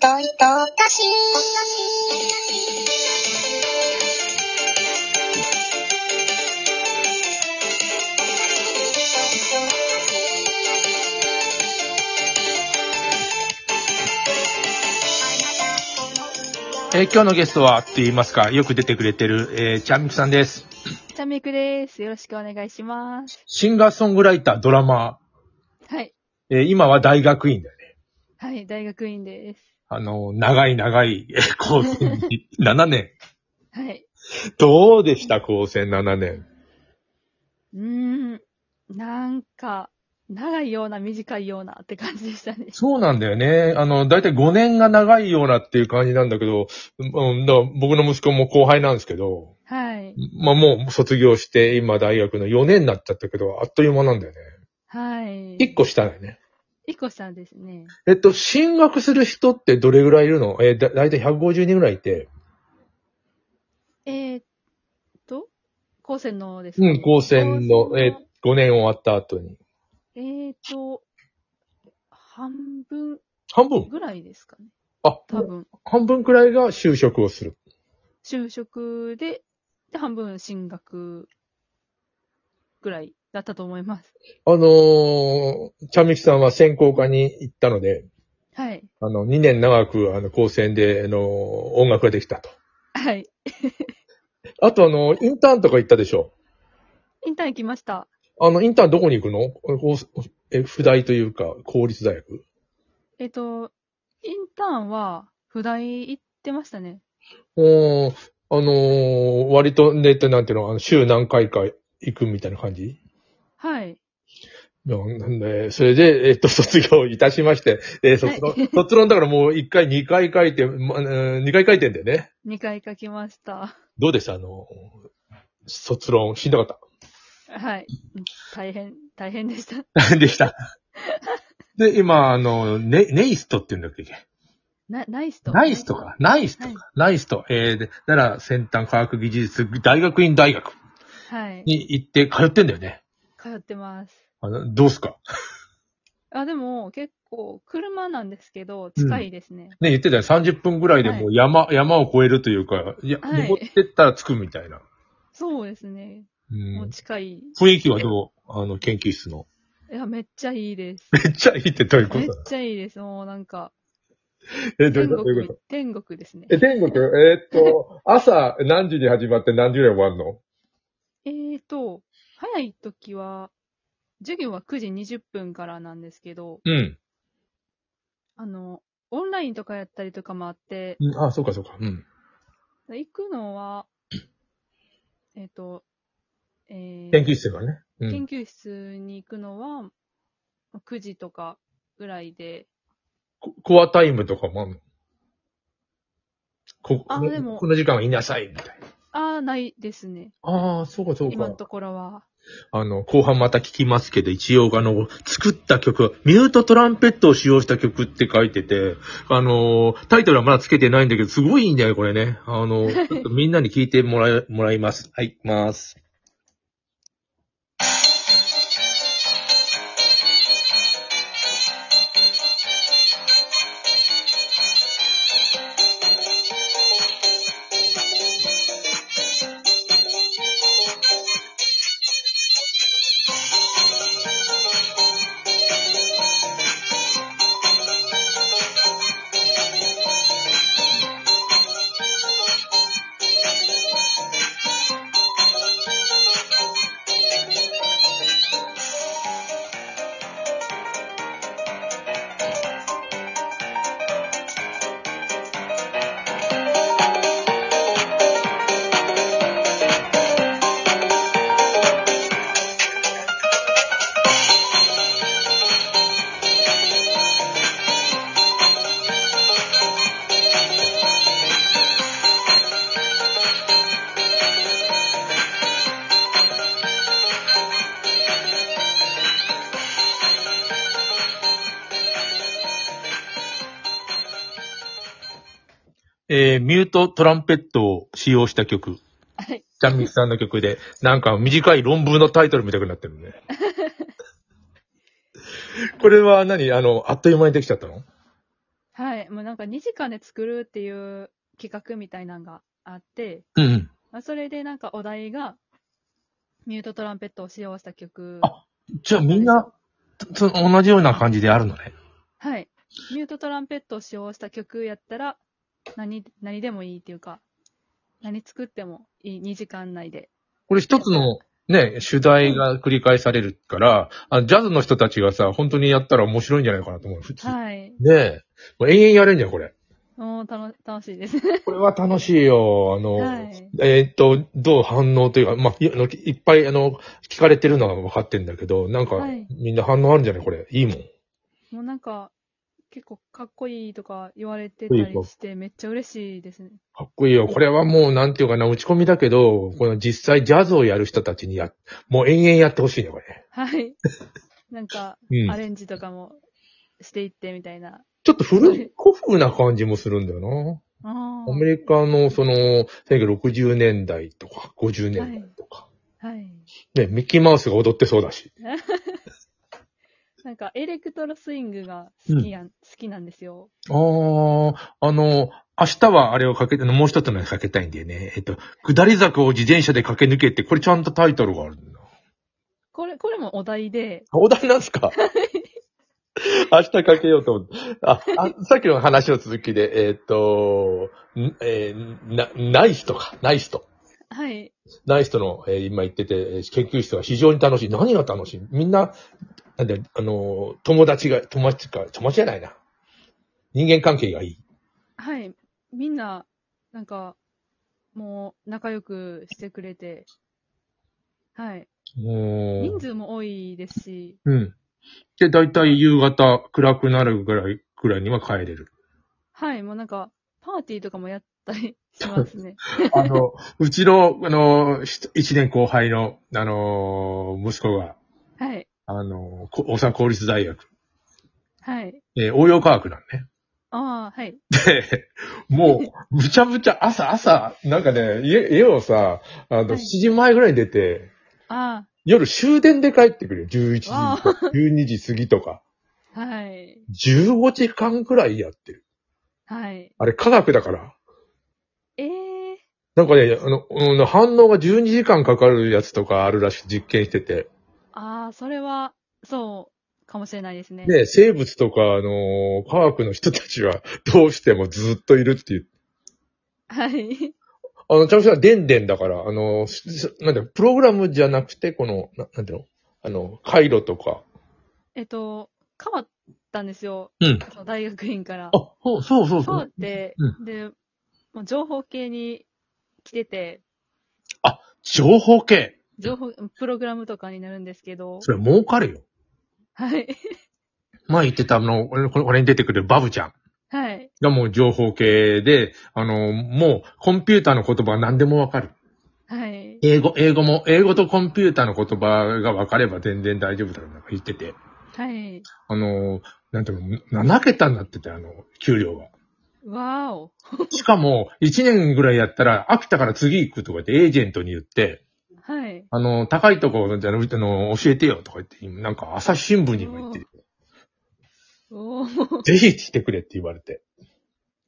といとおかしい。えー今日のゲストはって言いますか、よく出てくれてる、えー、チャンミクさんです。チャンミクです。よろしくお願いします。シンガーソングライター、ドラマはい。ー、えー今は大学院だよね。はい、大学院です。あの、長い長い、えー高専に7年。はい。どうでした、高専7年。うーん、なんか、長いような短いようなって感じでしたね。そうなんだよね。あの、だいたい5年が長いようなっていう感じなんだけど、うん、だから僕の息子も後輩なんですけど、 はい。まあもう卒業して、今大学の4年になっちゃったけど、あっという間なんだよね。はい。 1個下だよね。一個さんですね。えっと、進学する人ってどれぐらいいるのえーだ、だいたい150人ぐらいいて。えー、っと、高専のですうね。ん、高専の、えー、5年終わった後に。えー、っと、半分半分ぐらいですかね。あ、多分、半分くらいが就職をする。就職で、で半分進学ぐらいだったと思います。あのー、ちゃみきさんは専攻科に行ったので、はい。あの、2年長く、あの、高専で、あのー音楽ができたと。はい。あと、あのー、インターンとか行ったでしょインターン行きました。あの、インターンどこに行くのこうえ、不大というか、公立大学。えっと、インターンは、普大行ってましたね。おーあのー割とネットなんていうの、あの週何回か行くみたいな感じはい。ななんで、それで、えっと、 卒業いたしまして、えー卒論、卒論だからもう1回、2回書いて、ま、2回書いてんだよね。 2回書きました。どうでしたあの、卒論、しんどかっはい。大変、大変でした。た。 でした。で、今、あの、ネ、ネイストって言うんだっけな、ナイスと。ナイストか。ナイストはいか。ナイスト。えー、で、なら、先端科学技術大学院大学はい。に行って通ってんだよね。通ってます。あの、どうすかあ、でも、結構、車なんですけど、近いですね。ね、言ってたよ。30分ぐらいでもう山、山を越えるというか、いや、はい登ってったら着くみたいな。そうですね。うもんう。近い。い雰囲気はどうあの、研究室の。や、めっちゃいいです。めっちゃいいってどういうこめっとだちゃいいです。もうなんか、え、どうい天うことどういう国こと、天国ですね。え、天国えーっ と、朝何時に始まって何時ぐらい終わるのえーと、早い時は、授業は9時20分からなんですけど、うんあの、オンラインとかやったりとかもあって、うん。あ、そうかそうか。うん。行くのは、えっ、と、えー研究室がね。う研ん。究室に行くのは、9時とかぐらいで、ココアタイムとかもあるのこ、あでもこの時間はいなさい、みたいな。ああ、ないですね。ああ、そうかそう今のか。ところは。あの、後半また聞きますけど、一応あの、作った曲、ミュートトランペットを使用した曲って書いてて、あのー、タイトルはまだつけてないんだけど、すごいいいんだよ、これね。あ の、ちょっとみんなに聞いてもらい、もらいます。はい、いきます。えーミュートトランペットを使用した曲。はい。ジャンミスさんの曲で、なんか短い論文のタイトルみたくなって るね。これは何あの、あっという間にできちゃったのはい。もうなんか2時間で作るっていう企画みたいなのがあって、うん。まあ、それでなんかお題が、ミュートトランペットを使用した曲。あじゃあみんな、その同じような感じであるのね。はい。ミュートトランペットを使用した曲やったら、何、何でもいいっていうか、何作ってもいい、2時間内で。これ一つの、ね、主題が繰り返されるから、あジャズの人たちがさ、本当にやったら面白いんじゃないかなと思う。普通。はい。ねえ。もう延々やれんじゃん、これ。もう楽楽しいです。これは楽しいよ。あの、はいえーっと、どう反応というか、まあ、いあのいっぱい、あの、聞かれてるのは分かってんだけど、なんか、はいみんな反応あるんじゃないこれ。いいもん。もうなんか、結構かっこいいとか言われてたりして、めっちゃ嬉しいですね。かっこいいよ。これはもう、なんていうかな、打ち込みだけど、この実際ジャズをやる人たちにや、もう延々やってほしいね、これ。はい。 なんか、うんアレンジとかもしていってみたいな。ちょっと古い、古風な感じもするんだよな。あアメリカの、その、1960年代とか、50年代とか。あ。はい。ね、ミッキーマウスが踊ってそうだし。なんか、エレクトロスイングが好きやん、好きなんですよ。ああ、あの、明日はあれをかけて、もう一つのやつかけたいんだよね。えっと、下り坂を自転車で駆け抜けて、これちゃんとタイトルがあるんだ。これ、これもお題で、お題なんす か明日かけようと思って。あ、あさっきの話の続きで、えっと、んえーな、ナイスとか、ナイスと。はい。ナイスとの、えー今言ってて、えー研究室は非常に楽しい。何が楽しいみんな、なんで、あのー、友達が、友達か、友達じゃないな。人間関係がいい。はい。みんな、なんか、もう、仲良くしてくれて、はい。も人う数も多いですし、うん。で、だいたい夕方暗くなるぐらい、くらいには帰れる。はい。もうなんか、パーティーとかもやったりしま すね。あの、うちの、あのー、ひ一年後輩の、あのー、息子が、はい。あのー、こ大阪公立大学、はい。えー応用科学なんね。ああ、はい。で、も う、ぶちゃぶちゃ、朝、朝、なんかね、家、家をさ、あの、はい7時前ぐらいに出て、あ夜終電で帰ってくるよ。11時とわあか、12時過 ぎとか。あ、はい。 15時間くらいやってる。はい。あれ、科学だから。ええなんかね、あの、うん反応が12時間かかるやつとかあるらしい、実験してて。ああ、それは、そう、かもしれないですね。で、生物とか、あのー科学の人たちは、 どうしてもずっといるっていう。はい。 あの、ちゃんとしたデンデンだから、あの、すすなんだろう、プログラムじゃなくて、この、ななんていうのあの、回路とか。えっと、変わったんですよ。うん。その大学院から。あ、そうそうそう変そわっう。て、うで、もう情報系に来てて、情報系。情報、プログラムとかになるんですけど、それ儲かるよ。はい。 前言ってたあの、俺これ俺に出てくるバブちゃんはい。がもう情報系で、あの、もうコンピューターの言葉は何でもわかる。はい。英語、英語も、英語とコンピューターの言葉がわかれば全然大丈夫だろうなんか言ってて。はい。あの、なんていうの、7桁になってて、あの、給料が。わーお。しかも、1年ぐらいやったら、飽きたから次行くとか言って、エージェントに言って、はい。あの、高いところじゃなくて、あの、教えてよとか言って、今なんか朝日新聞にも言ってる、おー。ぜひ来てくれって言われて。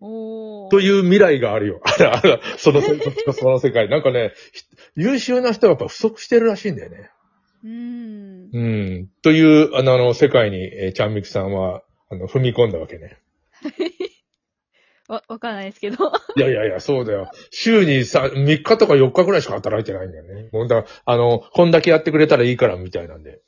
おー。という未来があるよ。あらあら、その、そのその世界。なんかね、ひ優秀な人はやっぱ不足してるらしいんだよね。うーん。うん。という、あの、あの世界に、えーちゃんみくさんは、あの、踏み込んだわけね。わ、わからないですけど。 いやいやいや、そうだよ。週にさ、3日とか4日ぐらいしか働いてないんだよね。もうだ、あの、こんだけやってくれたらいいから、みたいなんで。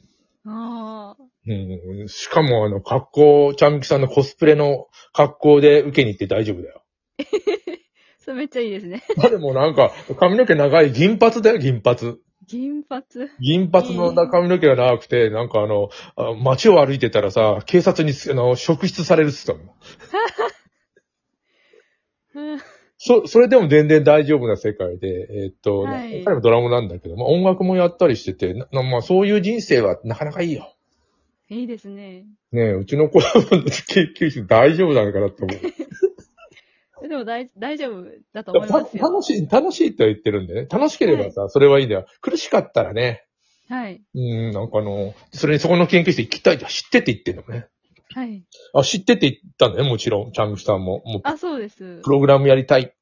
あー。うん。しかも、あの、格好、ちゃんみきさんのコスプレの格好で受けに行って大丈夫だよ。それめっちゃいいですね。 彼もなんか、髪の毛長い銀髪だよ、銀髪。銀髪。 銀髪の髪の毛が長くて、なんかあの、あ街を歩いてたらさ、警察に、あの、職質されるっつったの。うんそ、それでも全然大丈夫な世界で、えーっと、はい彼もドラムなんだけど、まあ音楽もやったりしてて、ななまあそういう人生はなかなかいいよ。いいですね。ねえ、うちの子供の 研究室大丈夫なのかなと思う。でも大大丈夫だとで思もいますた楽よ。しい、楽しいとは言ってるんでね。楽しければさ、それはいいんだよ。苦しかったらね、はい。うん、なんかあの、それにそこの研究室行きたいと知ってて言ってんのね。はい。あ、知ってて言ったんだよ、もちろん。チャングさんも。もう、あ、そうですプ。ログラムやりたい。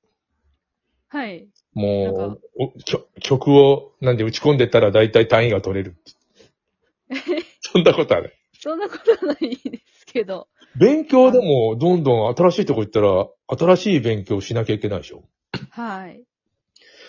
はい。なんもかう、おきょ曲を、なんで打ち込んでったら大体単位が取れる って。そんなことある。そんなことはないですけど。勉強でも、どんどん新しいとこ行ったら、新しい勉強しなきゃいけないでしょ。はい。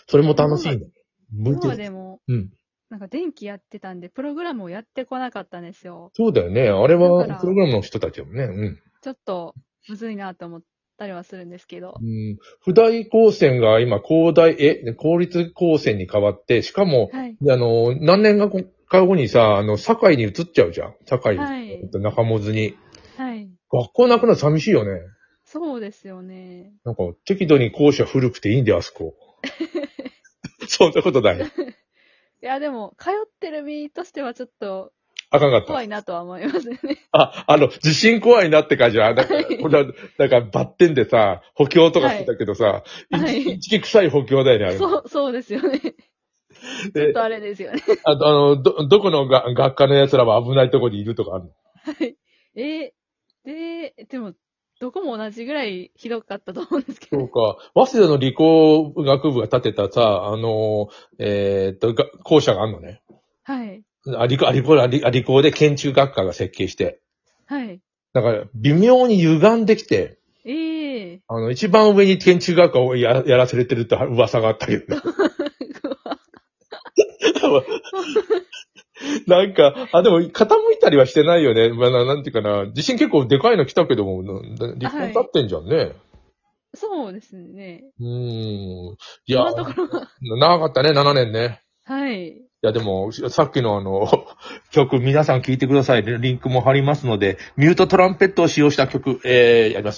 それも楽しいね。向い今てまる。でも、うん。なんか電気やってたんで、プログラムをやってこなかったんですよ。そうだよね。あれだかは、らプログラムの人たちもね。うん。ちょっと、むずいなと思ったりはするんですけど。うん。普大高専が今、高大、え、公立高専に変わって、しかも、はい。であの、何年か後にさ、あの、堺に移っちゃうじゃん。堺に。はい中本に。はい。学校なくなると寂しいよね。そうですよね。なんか、適度に校舎古くていいんだよ、あそ こ。そんなことない。いや、でも、通ってる身としてはちょっとあかんかった。怖いなとは思いますね。あ、あの、地震怖いなって感じは、なんか、はいこれは、なんか、バッテンでさ、補強とかしてたけどさ、はいいちいちき臭い補強だよね、あれ。そう、そうですよね。ちょっで、とあれですよね。あとあの、ど、どこのが学科の奴らは危ないとこにいるとかあるのはい。えーで、でも、どこも同じぐらいひどかったと思うんですけそうど。か。早稲田の理工学部が建てたさ、あの、えーっと、が校舎があるのね。はい。あ、理工、あ、理工、あ理あ理工で建築学科が設計して。はい。だから、微妙に歪んできて、え えあの、一番上に建築学科をややらされてるって噂があったけ どね。なんか、あ、でも、傾いたりはしてないよね。まあ、ななんていうかな、地震結構でかいの来たけども、な立は派いに立ってんじゃんね。そうですね。うーん。いや今、のところは。長かったね、7年ね。はい。いや、でも、さっきのあ の、曲、皆さん聴いてください。リンクも貼りますので、ミュートトランペットを使用した曲、えー、やります。